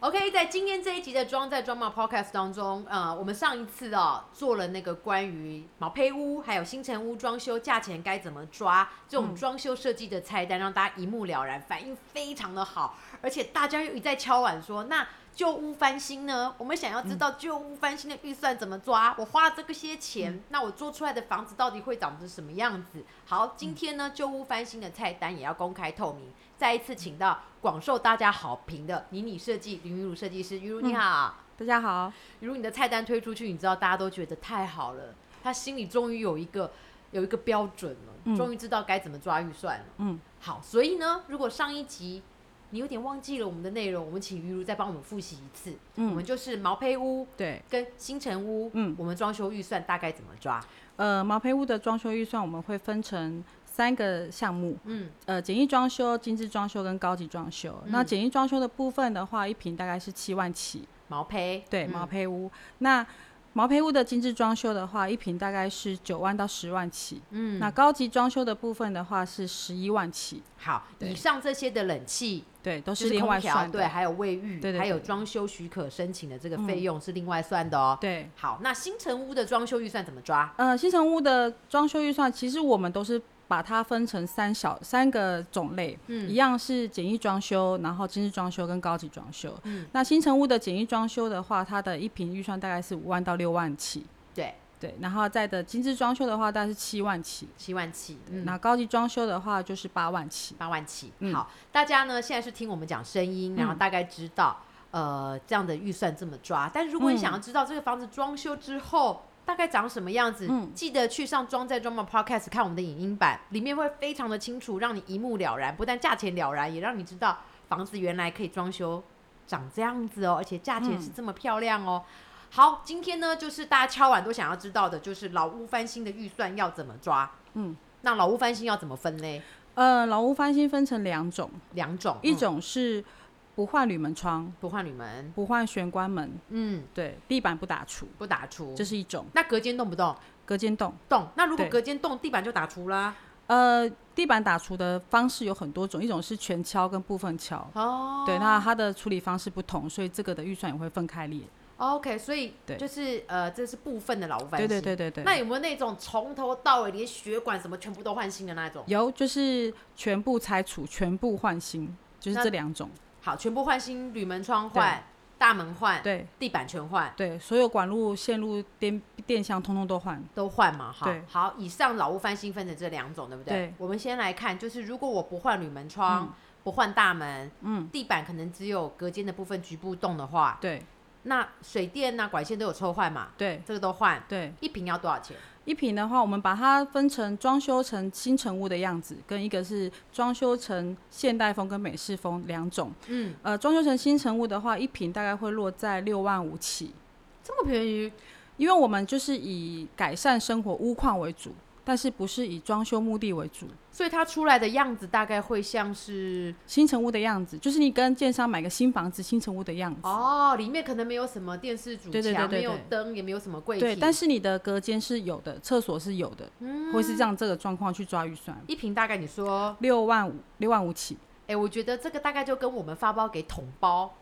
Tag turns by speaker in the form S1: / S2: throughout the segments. S1: OK，在今天这一集的《装在装嘛 Podcast》当中，呃，我们上一次哦做了那个关于毛坯屋还有新城屋装修价钱该怎么抓这种装修设计的菜单，让大家一目了然，反应非常的好，而且大家又一再敲碗说，那旧屋翻新呢？我们想要
S2: 嗯
S1: 知道旧屋翻新的预算怎么抓，我花了这个些钱，
S2: 嗯
S1: 那我做出来的房子到底会长成什么样子？
S2: 嗯
S1: 好，今天呢旧屋翻新的菜单也要公开透明，再一次请到广受大家好评的倪妮设计林雨茹设计师，雨茹你好，
S2: 嗯大家好，
S1: 雨茹、你的菜单推出去，你知道大家都觉得太好了，他心里终于有一个有一个标准了，
S2: 嗯
S1: 终于知道该怎么抓预算了。
S2: 嗯，
S1: 好，所以呢，如果上一集你有点忘记了我们的内容，我们请于如再帮我们复习一次。
S2: 嗯
S1: 我们就是毛坯屋
S2: 对，
S1: 跟新城屋，
S2: 嗯
S1: 我们装修预算大概怎么抓？
S2: 呃，毛坯屋的装修预算我们会分成三个项目，
S1: 嗯，
S2: 呃，简易装修、精致装修跟高级装修。那
S1: 嗯
S2: 简易装修的部分的话，一平大概是七万起，
S1: 毛坯，
S2: 对，
S1: 嗯
S2: 毛坯屋。那毛坯屋的精致装修的话，一平大概是九万到十万起。
S1: 嗯，
S2: 那高级装修的部分的话是十一万起，
S1: 好，
S2: 对
S1: 以上这些的冷气
S2: 对，都
S1: 就是
S2: 另
S1: 空
S2: 外
S1: 调，
S2: 算
S1: 对，啊
S2: 的。
S1: 还有卫浴，
S2: 对对对嗯
S1: 还有装修许可申请的这个费用是另外算的哦。
S2: 对，
S1: 好，那新城屋的装修预算怎么抓？
S2: 呃，新城屋的装修预算，其实我们都是把它分成三小三个种类，
S1: 嗯
S2: 一样是简易装修，然后精致装修跟高级装修。
S1: 嗯
S2: 那新城屋的简易装修的话，它的一平预算大概是五万到六万起，
S1: 对，
S2: 对，然后再的精致装修的话，大概是七万起，
S1: 七万七，嗯，
S2: 那、高级装修的话就是八万起。
S1: 八万起。
S2: 嗯
S1: 好，大家呢现在是听我们讲声音，然后大概知道、呃这样的预算这么抓。但如果你想要知道这个房子装修之后。大概长什么样子？
S2: 嗯
S1: 记得去上装在装嘛 Podcast 看我们的影音版，里面会非常的清楚，让你一目了然。不但价钱了然，也让你知道房子原来可以装修长这样子哦，而且价钱是这么漂亮哦。好，今天呢就是大家敲碗都想要知道的，就是老屋翻新的预算要怎么抓？
S2: 嗯，
S1: 那老屋翻新要怎么分嘞？
S2: 呃，老屋翻新分成两种，
S1: 两种，
S2: 一
S1: 嗯
S2: 种是不换铝门窗，
S1: 不换铝门，
S2: 不换玄关门，
S1: 嗯，
S2: 对，地板不打除，
S1: 不打出。
S2: 这是一种
S1: 那隔间动不动？
S2: 隔间洞。
S1: 动。那如果
S2: 对
S1: 隔间动，地板就打出啦。
S2: 呃，地板打除的方式有很多种，一种是全敲跟部分敲，
S1: 哦，
S2: 对，那它的处理方式不同，所以这个的预算也会分开列。
S1: 哦 OK，所以
S2: 对
S1: 就是呃，这是部分的老屋翻新。
S2: 对对对对对。
S1: 那有没有那种从头到尾连血管什么全部都换新的那种？
S2: 有就是全部拆除，全部换新，就是
S1: 那
S2: 这两种。
S1: 好，全部换新，铝门窗换，大门换，
S2: 对
S1: 地板全换，
S2: 对，所有管路、线路、电电箱通通都换。
S1: 都换嘛，哈
S2: 对。
S1: 好，以上老屋翻新分成这两种，对不对？
S2: 对
S1: 我们先来看，就是如果我不换铝门窗，不换大门，
S2: 嗯，
S1: 地板可能只有隔间的部分局部动的话，
S2: 对
S1: 那水电呐、啊管线都有抽换嘛，
S2: 对
S1: 这个都换，
S2: 对，
S1: 一瓶要多少钱？
S2: 一品的话，我们把它分成装修成新成屋的样子，跟一个是装修成现代风跟美式风两种。
S1: 嗯，
S2: 呃，装修成新成屋的话，一品大概会落在六万五起。
S1: 这么便宜？
S2: 因为我们就是以改善生活屋况为主，但是不是以装修目的为主。
S1: 所以它出来的样子大概会像是
S2: 新城屋的样子，就是你跟建商买个新房子，新城屋的样子。
S1: 哦，里面可能没有什么电视主墙，
S2: 对对对对
S1: 没有
S2: 对
S1: 灯，也没有什么柜体，
S2: 对，但是你的隔间是有的，厕所是有的，
S1: 嗯
S2: 会是这样这个状况去抓预算，
S1: 一瓶大概你说，
S2: 六万五，六万五起。
S1: 哎、我觉得这个大概就跟我们发包给统包，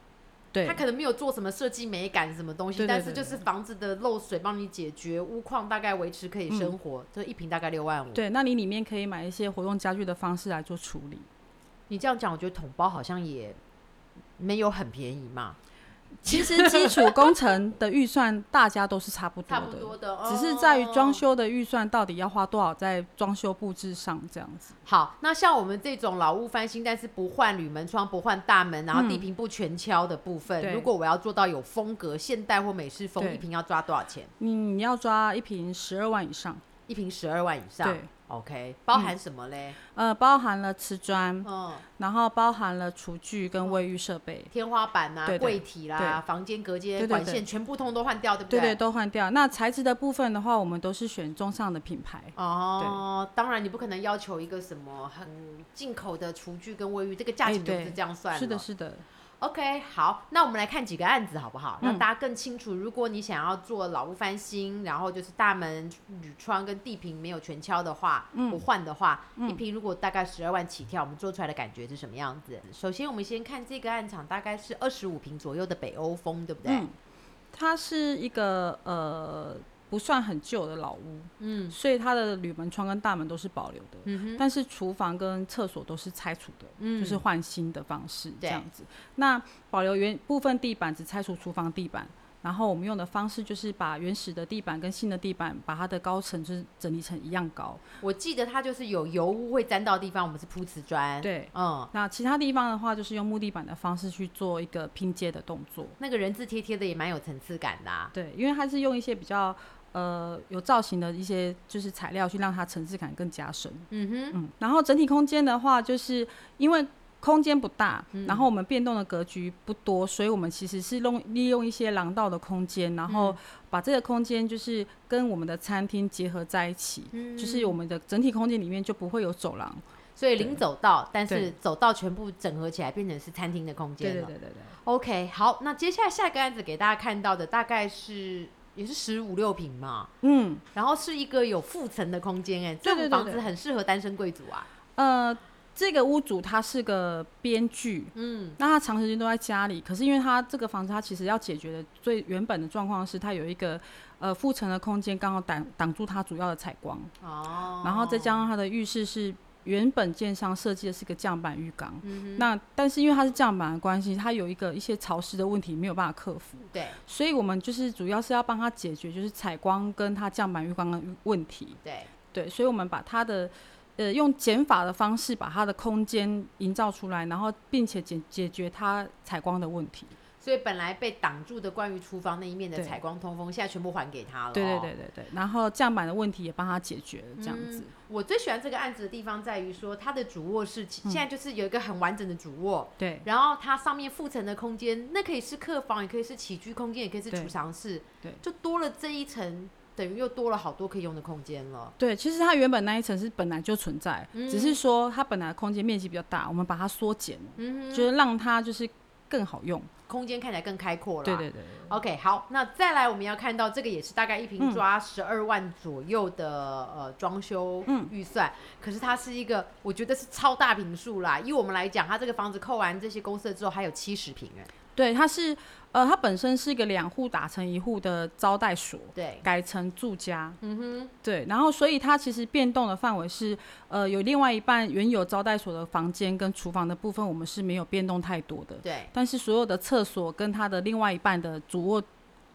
S2: 对
S1: 他，可能没有做什么设计美感什么东西，
S2: 对对
S1: 但是就
S2: 对
S1: 是房子的漏水帮你解决，屋况大概维持可以生活，这一瓶大概六万五。
S2: 对，那你里面可以买一些活动家具的方式来做处 理。
S1: 你这样讲，我觉得统包好像也没有很便宜 嘛，
S2: 其实基础工程的预算大家都是差不多
S1: 差
S2: 的，
S1: 不多的，
S2: 只是在于
S1: 哦
S2: 装修的预算到底要花多少在装修布置上这样子。
S1: 好，那像我们这种老屋翻新，但是不换铝门窗、不换大门，然后地坪不全敲的部分，
S2: 嗯对
S1: 如果我要做到有风格、现代或美式风，
S2: 对
S1: 一平要抓多少钱？
S2: 你你要抓一瓶十二万以上，
S1: 一平十二万以上
S2: 对，嗯
S1: ，OK，包含什么嘞？
S2: 呃，包含了瓷砖，
S1: 嗯，
S2: 然后包含了厨具跟卫浴设备，
S1: 天花板啊、
S2: 对对
S1: 柜体啦、房间隔
S2: 对
S1: 间、
S2: 对
S1: 管
S2: 对
S1: 线全部通都换掉，对不
S2: 对对，
S1: 对？
S2: 都换掉。那材质的部分的话，我们都是选中上的品牌，
S1: 哦，当然你不可能要求一个什么很进口的厨具跟卫浴，这个价钱
S2: 哎
S1: 就
S2: 对
S1: 不是这样算了。
S2: 是的，是的，
S1: OK，好，那我们来看几个案子好不好？
S2: 嗯
S1: 让大家更清楚，如果你想要做老屋翻新，然后就是大门、铝窗跟地坪没有全敲的话，
S2: 嗯
S1: 不换的话，一平如果大概十二万起跳，我们做出来的感觉是什么样子？首先，我们先看这个案场，大概是二十五平左右的北欧风，对不对？
S2: 嗯它是一个呃不算很旧的老屋，
S1: 嗯
S2: 所以它的铝门窗跟大门都是保留的，
S1: 嗯
S2: 但是厨房跟厕所都是拆除的，
S1: 嗯
S2: 就是换新的方式这
S1: 对
S2: 样子。那保留原部分地板，只拆除厨房地板。然后我们用的方式就是把原始的地板跟新的地板，把它的高层就是整理成一样高。
S1: 我记得它就是有油污会沾到的地方，我们是铺瓷砖。，
S2: 对，
S1: 嗯，
S2: 那其他地方的话，就是用木地板的方式去做一个拼接的动作。
S1: 那个人字贴贴的也蛮有层次感的、啊。
S2: 对，因为它是用一些比较呃有造型的一些就是材料去让它层次感更加深。
S1: 嗯哼，
S2: 嗯，然后整体空间的话，就是因为空间不大，然后我们变动的格局不多，所以我们其实是用利用一些廊道的空间，然后把这个空间就是跟我们的餐厅结合在一起。
S1: 嗯
S2: 就是我们的整体空间里面就不会有走廊，
S1: 所以零走道，但是
S2: 对
S1: 走道全部整合起来变成是餐厅的空间
S2: 对对
S1: 了。
S2: 对对对，
S1: OK，好，那接下来下一个案子给大家看到的大概是也是十五六平嘛，
S2: 嗯
S1: 然后是一个有附层的空间，哎，这种
S2: 对对对
S1: 房子
S2: 对
S1: 很适合单身贵族啊。
S2: 呃，这个屋主他是个编剧，
S1: 嗯
S2: 那他长时间都在家里，可是因为他这个房子，他其实要解决的最原本的状况是，他有一个呃附层的空间刚好挡挡住他主要的采光，
S1: 哦，
S2: 然后再加上他的浴室是原本建商设计的是个降板浴缸，那但是因为它是降板的关系，它有一个一些潮湿的问题没有办法克服，
S1: 对
S2: 所以我们就是主要是要帮他解决就是采光跟他降板浴缸的问题，
S1: 对，
S2: 对，所以我们把它的呃用减法的方式把它的空间营造出来，然后并且解解决它采光的问题。
S1: 所以本来被挡住的关于厨房那一面的
S2: 对
S1: 采光通风，现在全部还给他了、哦
S2: 对对对。对对，然后降板的问题也帮他解决了，这样子。
S1: 我最喜欢这个案子的地方在于说，它的主卧室其
S2: 嗯
S1: 现在就是有一个很完整的主卧，
S2: 对
S1: 然后它上面附层的空间，那可以是客房，也可以是起居空间，也可以是
S2: 对
S1: 储藏室，
S2: 对
S1: 就多了这一层，等于又多了好多可以用的空间了。
S2: 对，其实它原本那一层是本来就存在，
S1: 嗯
S2: 只是说它本来空间面积比较大，我们把它缩减了，
S1: 嗯哼，
S2: 就是让它就是更好用。
S1: 空间看起来更开阔了。
S2: 对对对
S1: OK，好，那再来我们要看到这个也是大概一平
S2: 嗯
S1: 抓十二万左右的、呃装修预算，
S2: 嗯
S1: 可是它是一个我觉得是超大平数啦，以我们来讲，它这个房子扣完这些公设之后还有七十平哎，
S2: 对，它是呃，它本身是一个两户打成一户的招待所，
S1: 对，
S2: 改成住家。
S1: 嗯哼，
S2: 对，然后所以它其实变动的范围是，呃，有另外一半原有招待所的房间跟厨房的部分，我们是没有变动太多的。
S1: 对，
S2: 但是所有的厕所跟它的另外一半的主卧，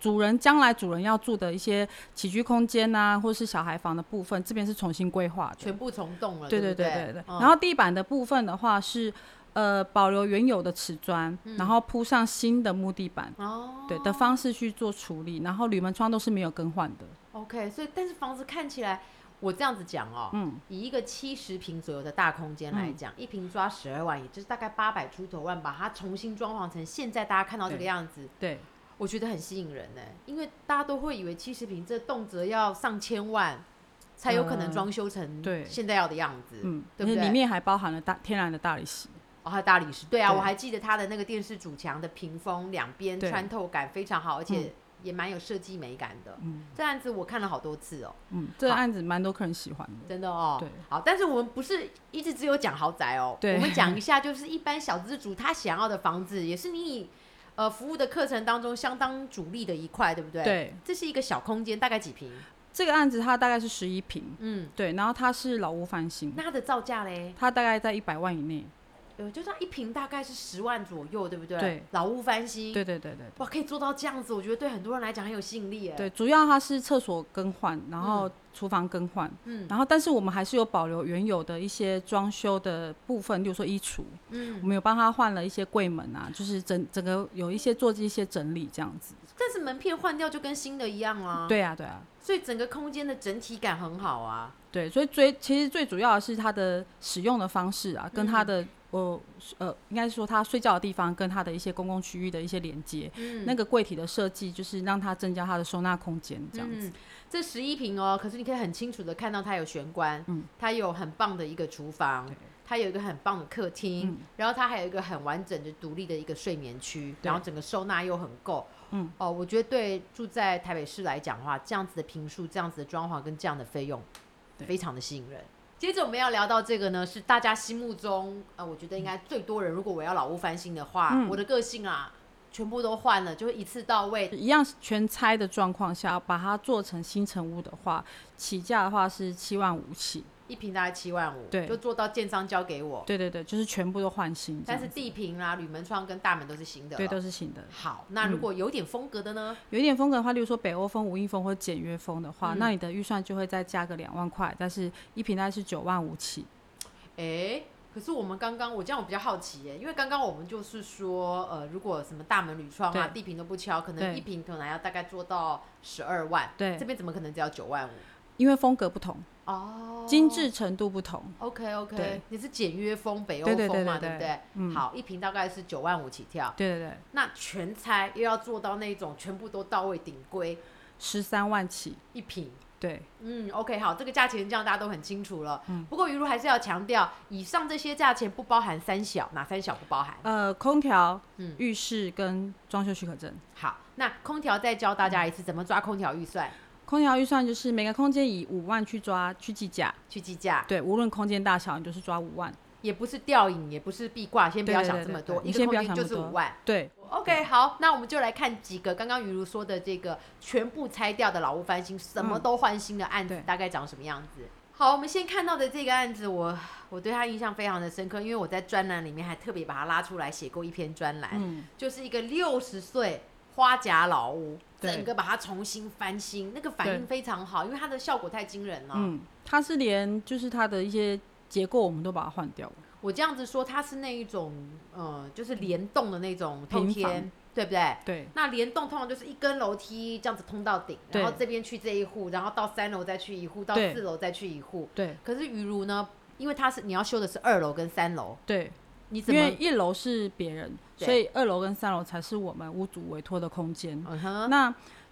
S2: 主人将来主人要住的一些起居空间呐、或是小孩房的部分，这边是重新规划的。
S1: 全部重动了，
S2: 对
S1: 对
S2: 对
S1: 不对
S2: 对对。
S1: 嗯
S2: 然后地板的部分的话是，呃，保留原有的瓷砖，然后铺上新的木地板，
S1: 嗯哦
S2: 对的方式去做处理。然后铝门窗都是没有更换的。
S1: ，OK，所以但是房子看起来。我这样子讲哦、
S2: 嗯
S1: 以一个七十平左右的大空间来讲，一平抓十二万，也就是大概八百出头万，把它重新装潢成现在大家看到这个
S2: 对
S1: 样子，
S2: 对。
S1: 我觉得很吸引人呢、因为大家都会以为七十平这动辄要上千万，才有可能
S2: 呃
S1: 装修成
S2: 对
S1: 现在要的样子。
S2: 嗯，
S1: 对不
S2: 而且
S1: 对
S2: 里面还包含了大天然的大理石，
S1: 哦，还有大理石，对啊，
S2: 对
S1: 我还记得它的那个电视主墙的屏风两边
S2: 对
S1: 穿透感非常好，而且
S2: 嗯
S1: 也蛮有设计美感的。
S2: 嗯
S1: 这案子我看了好多次哦，
S2: 嗯，这个
S1: 好
S2: 案子蛮多客人喜欢的。
S1: 真的哦。
S2: 对，
S1: 好，但是我们不是一直只有讲豪宅哦，
S2: 对
S1: 我们讲一下就是一般小资主他想要的房子，也是你以呃服务的课程当中相当主力的一块，对不对？，
S2: 对，
S1: 这是一个小空间，大概几平？
S2: 这个案子它大概是十一平，
S1: 嗯。
S2: 对，然后它是老屋翻新，
S1: 那它的造价嘞，
S2: 它大概在一百万以内。
S1: 呃，就它一瓶大概是十万左右，对不对？
S2: 对，
S1: 老屋翻新，
S2: 对对对对
S1: 哇，可以做到这样子，我觉得对很多人来讲很有吸引力耶。
S2: 对，，对，主要它是厕所更换，然后厨房更换，
S1: 嗯
S2: 然后但是我们还是有保留原有的一些装修的部分，比如说衣橱，
S1: 嗯，
S2: 我们有帮他换了一些柜门啊，就是整整个有一些做一些整理这样子。
S1: 但是门片换掉就跟新的一样啦、，
S2: 对啊，对啊。
S1: 所以整个空间的整体感很好啊。
S2: 对，所以最其实最主要的是它的使用的方式
S1: 嗯
S2: 啊，跟它的、呃呃，应该是说它睡觉的地方跟它的一些公共区域的一些连接，
S1: 嗯，
S2: 那个柜体的设计就是让它增加它的收纳空间这样子。
S1: 嗯，这十一平哦，可是你可以很清楚的看到它有玄关，
S2: 嗯，
S1: 它有很棒的一个厨房
S2: 对，
S1: 它有一个很棒的客厅，
S2: 嗯
S1: 然后它还有一个很完整的独立的一个睡眠区，
S2: 对
S1: 然后整个收纳又很够。
S2: 嗯，
S1: 哦，我觉得对住在台北市来讲的话，这样子的平数、这样子的装潢跟这样的费用，
S2: 对
S1: 非常的吸引人。接着我们要聊到这个呢，是大家心目中，呃，我觉得应该最多人，如果我要老屋翻新的话，
S2: 嗯
S1: 我的个性啊，全部都换了，就会一次到位。
S2: 一样全拆的状况下，把它做成新成屋的话，起价的话是七万五起。
S1: 一瓶大概七万五，
S2: 对
S1: 就做到建商交给我。
S2: 对对对，就是全部都换新这
S1: 但
S2: 样
S1: 是啊
S2: 子。
S1: 地坪啦、铝门窗跟大门都是新的了，
S2: 对都是嗯新的。
S1: 好。那如果有点风格的呢？
S2: 有一点风格的话，例如说北欧风、无印风或简约风的话，
S1: 嗯
S2: 那你的预算就会再加个两万块，但是一平大概是九万五起。
S1: 诶，可是我们刚刚我这样我比较好奇耶，因为刚刚我们就是说，呃，如果什么大门铝窗啊、地
S2: 对
S1: 坪都不敲，可能
S2: 对
S1: 一平可能要大概做到十二万，
S2: 对
S1: 这边怎么可能只要九万五？
S2: 因为风格不同，
S1: 哦，
S2: 精致程度不同。
S1: OK OK，
S2: 对
S1: 你是简约风、北欧
S2: 对对对
S1: 风嘛，
S2: 对
S1: 不
S2: 对
S1: 对？
S2: 嗯
S1: 好，一平大概是九万五起跳，
S2: 对对对，
S1: 那全拆又要做到那种全部都到位顶规
S2: 十三万起。
S1: 一平，
S2: 对，
S1: 嗯，OK，好，这个价钱这样大家都很清楚了。
S2: 嗯
S1: 不过于如还是要强调，以上这些价钱不包含三小，哪三小不包含？
S2: 呃，空调、
S1: 嗯
S2: 浴室跟装修许可证。
S1: 好，那空调再教大家一次怎么抓空调预算
S2: 空调预算就是每个空间以五万去抓去计价，
S1: 去计价，
S2: 对，无论空间大小，你就是抓五万。
S1: 也不是吊影，也不是壁挂，先不要
S2: 对对
S1: 想
S2: 对
S1: 这么
S2: 对
S1: 多，
S2: 对你
S1: 一
S2: 先
S1: 个
S2: 不要
S1: 空间
S2: 想
S1: 就
S2: 那
S1: 是
S2: 么多
S1: 五万。
S2: 对，
S1: OK，好，那我们就来看几个刚刚于如说的这个全部拆掉的老屋翻新，什么都换新的案子，
S2: 嗯对
S1: 大概长什么样子？好，我们先看到的这个案子，我我对他印象非常的深刻，因为我在专栏里面还特别把它拉出来写过一篇专栏，
S2: 嗯，
S1: 就是一个六十岁花甲老屋，
S2: 对
S1: 整个把它重新翻新，那个反应非常好，因为它的效果太惊人了。
S2: 嗯，它是连就是它的一些结构我们都把它换掉了，
S1: 我这样子说，它是那一种，呃，就是联动的那种透
S2: 嗯平
S1: 天
S2: 房，
S1: 对不对？
S2: 对
S1: 那联动通常就是一根楼梯这样子通到顶，
S2: 对
S1: 然后这边去这一户，然后到三楼再去一户，到
S2: 对
S1: 四楼再去一户。
S2: 对
S1: 可是雨如呢，因为它是你要修的是二楼跟三楼，
S2: 对，
S1: 你怎
S2: 因为
S1: 么？
S2: 一楼是别人，
S1: 对
S2: 所以二楼跟三楼才是我们屋主委托的空间。
S1: 嗯哼，
S2: 那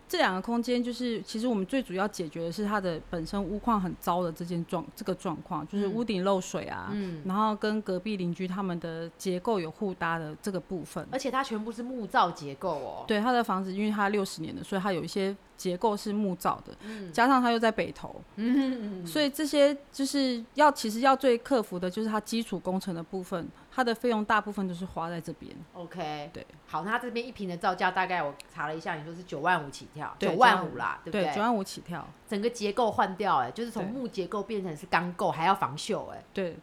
S2: 这两个空间就是，其实我们最主要解决的是它的本身屋况很糟的这件状这个状况，就是
S1: 嗯
S2: 屋顶漏水啊，
S1: 嗯，
S2: 然后跟隔壁邻居他们的结构有互搭的这个部分。
S1: 而且它全部是木造结构哦。
S2: 对他的房子，因为它六十年的，所以它有一些结构是木造的，
S1: 嗯
S2: 加上它又在北投，
S1: 嗯，
S2: 所以这些就是要其实要最克服的就是它基础工程的部分，它的费用大部分都是花在这边。
S1: OK，
S2: 对，
S1: 好，那它这边一瓶的造价大概我查了一下，你说是九万五起跳，
S2: 对
S1: 九万五啦，对不
S2: 对，
S1: 对？
S2: 九万五起跳，
S1: 整个结构换掉、哎，就是从
S2: 对
S1: 木结构变成是钢构，还要防锈，哎，
S2: 对。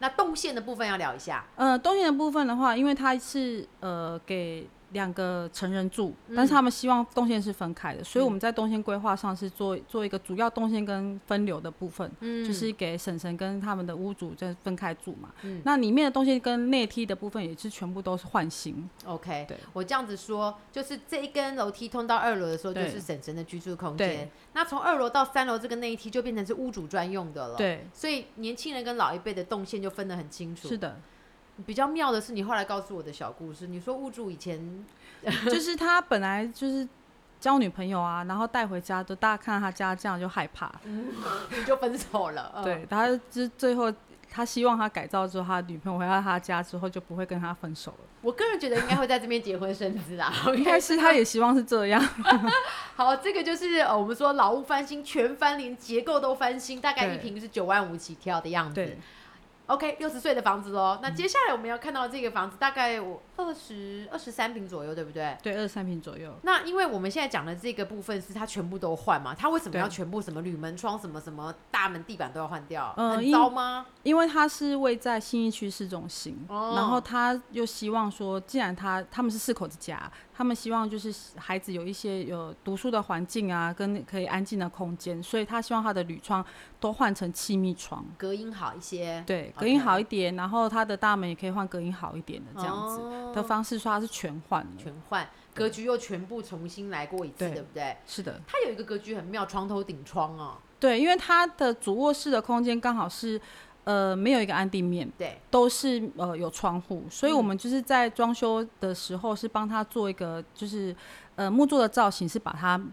S1: 那动线的部分要聊一下，
S2: 呃，东线的部分的话，因为它是呃给两个成人住，
S1: 嗯
S2: 但是他们希望动线是分开的，所以
S1: 嗯
S2: 我们在动线规划上是做做一个主要动线跟分流的部分，
S1: 嗯
S2: 就是给婶婶跟他们的屋主这分开住嘛。
S1: 嗯
S2: 那里面的动线跟内梯的部分也是全部都是换新，
S1: OK，
S2: 对
S1: 我这样子说，就是这一根楼梯通到二楼的时候，就
S2: 对
S1: 是婶婶的居住空间
S2: 对。
S1: 那从二楼到三楼这个内梯就变成是屋主专用的了。，
S2: 对，
S1: 所以年轻人跟老一辈的动线就分得很清楚。
S2: 是的，
S1: 比较妙的是，你后来告诉我的小故事，你说屋主以前
S2: 就是他本来就是。交女朋友啊，然后带回家，都大家看到他家这样就害怕，
S1: 嗯你就分手 了，嗯、
S2: 对，他就是最后他希望他改造之后，他女朋友回到他家之后就不会跟他 分手了。
S1: 我个人觉得应该会在这边结婚生子 啦。
S2: 应
S1: OK，
S2: 该是他也希望是这样，
S1: 好，这个就是呃我们说老屋翻新，全翻，连结构都翻新，大概
S2: 对
S1: 一平是九万五起跳的样子
S2: 对。，
S1: OK，六十岁的房子喽。那接下来我们要看到这个房子，大概我二十二十三平左右，对不对？
S2: 对，二十三平左右。
S1: 那因为我们现在讲的这个部分是它全部都换嘛，它为什么
S2: 对
S1: 要全部什么铝门窗、什么什么大门、地板都要换掉？
S2: 嗯
S1: 很
S2: 因
S1: 糟吗？
S2: 因为它是位在新义区市中心，
S1: 哦
S2: 然后他又希望说，既然他他们是四口之家，他们希望就是孩子有一些有读书的环境啊，跟可以安静的空间，所以他希望他的铝窗都换成气密窗，
S1: 隔音好一些，
S2: 对，
S1: OK
S2: 隔音好一点，然后他的大门也可以换隔音好一点的这样子
S1: 哦
S2: 的方式，说它是全换的，
S1: 全换，格局又全部重新来过一次，
S2: 对
S1: 对不对？
S2: 是的。
S1: 它有一个格局很妙，床头顶窗哦，
S2: 对，因为它的主卧室的空间刚好是，呃，没有一个安定面，
S1: 对，
S2: 都是呃有窗户，所以我
S1: 嗯
S2: 们就是在装修的时候是帮它做一个，就是呃木做的造型是把它
S1: 嗯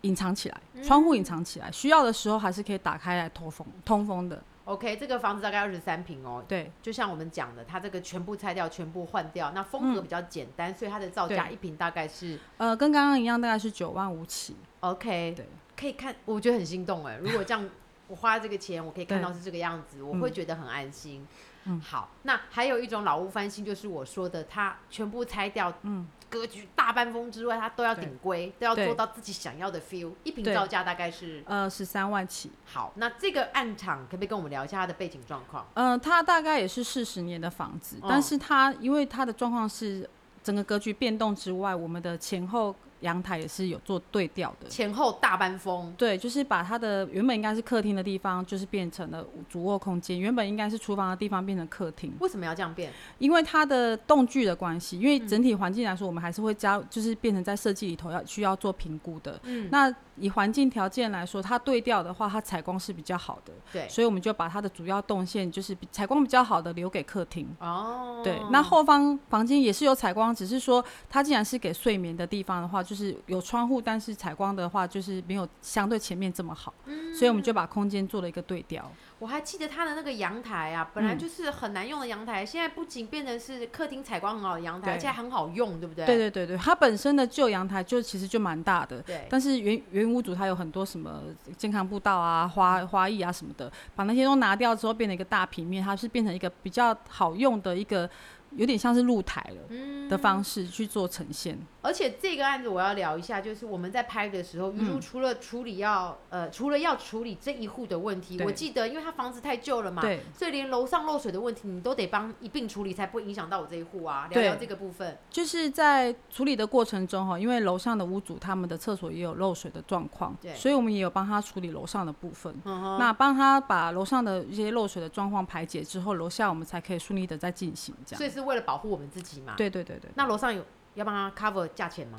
S2: 隐藏起来，窗户隐藏起来，需要的时候还是可以打开来通风通风的。
S1: OK，这个房子大概二十三平哦，
S2: 对
S1: 就像我们讲的，它这个全部拆掉，全部换掉，那风格比较简单，所以它的造价
S2: 嗯对
S1: 一平大概是
S2: 呃，跟刚刚一样，大概是九万五起。
S1: OK，
S2: 对，
S1: 可以看，我觉得很心动哎。如果这样，我花这个钱，我可以看
S2: 对
S1: 到是这个样子，我
S2: 嗯
S1: 会觉得很安心。
S2: 嗯
S1: 好，那还有一种老屋翻新，就是我说的，它全部拆掉，
S2: 嗯，
S1: 格局大半封之外，它都要
S2: 对
S1: 顶规，都要
S2: 对
S1: 做到自己想要的 feel。一平
S2: 对
S1: 造价大概是
S2: 呃，十三万起。
S1: 好，那这个暗场可不可以跟我们聊一下它的背景状况？
S2: 呃，它大概也是四十年的房子，
S1: 哦
S2: 但是它因为它的状况是整个格局变动之外，我们的前后阳台也是有做对调的。
S1: 前后大半封，
S2: 对，就是把它的原本应该是客厅的地方，就是变成了主卧空间；原本应该是厨房的地方变成客厅，
S1: 为什么要这样变？
S2: 因为它的动距的关系，因为整体环境来说，我们还是会加，就是变成在设计里头要需要做评估的。
S1: 嗯
S2: 那以环境条件来说，它对调的话，它采光是比较好的，
S1: 对，
S2: 所以我们就把它的主要动线就是比采光比较好的留给客厅。
S1: 哦，
S2: 对，那后方房间也是有采光，只是说它既然是给睡眠的地方的话，就是有窗户，但是采光的话就是没有相对前面这么好，
S1: 嗯
S2: 所以我们就把空间做了一个对调。
S1: 我还记得它的那个阳台啊，本来
S2: 嗯
S1: 就是很难用的阳台，现在不仅变成是客厅采光很好的阳台，
S2: 对
S1: 而且还很好用，对不对？
S2: 对对对对，它本身的旧阳台就其实就蛮大的，
S1: 对
S2: 但是原原屋主他有很多什么健康步道啊、花花艺啊什么的，把那些都拿掉之后，变成一个大平面，它是变成一个比较好用的一个，有点像是露台了
S1: 嗯
S2: 的方式去做呈现。
S1: 而且这个案子我要聊一下，就是我们在拍的时候，于如除了处理要、呃，除了要处理这一户的问题，
S2: 嗯对
S1: 我记得因为他房子太旧了嘛，
S2: 对，
S1: 所以连楼上漏水的问题你都得帮一并处理，才不会影响到我这一户啊。聊
S2: 对
S1: 聊这个部分，
S2: 就是在处理的过程中哈，因为楼上的屋主他们的厕所也有漏水的状况
S1: 对，
S2: 所以我们也有帮他处理楼上的部分。
S1: 嗯哼，
S2: 那帮他把楼上的一些漏水的状况排解之后，楼下我们才可以顺利的再进行这
S1: 所
S2: 样。
S1: 以是为了保护我们自己嘛。，
S2: 对对对对，
S1: 那楼上有要帮他 cover 价钱吗？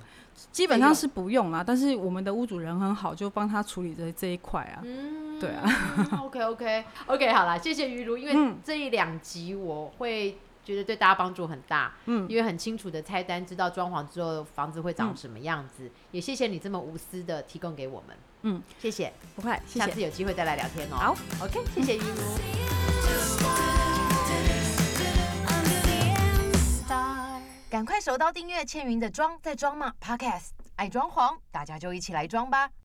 S2: 基本上是不用啦，但是我们的屋主人很好，就帮他处理这这一块啊。
S1: 嗯，
S2: 对啊
S1: OK OK OK，好啦，谢谢于如，因为
S2: 嗯
S1: 这一两集我会觉得对大家帮助很大，
S2: 嗯
S1: 因为很清楚的拆单，知道装潢之后房子会长什么样子，也谢谢你这么无私的提供给我们，
S2: 嗯，
S1: 谢谢，
S2: 不会，谢
S1: 下
S2: 谢。
S1: 次有机会再来聊天哦。
S2: 好
S1: ，OK，谢谢于如。
S3: Under the end star.
S1: 赶快手刀订阅倩云的装在装嘛 Podcast，爱装潢，大家就一起来装吧。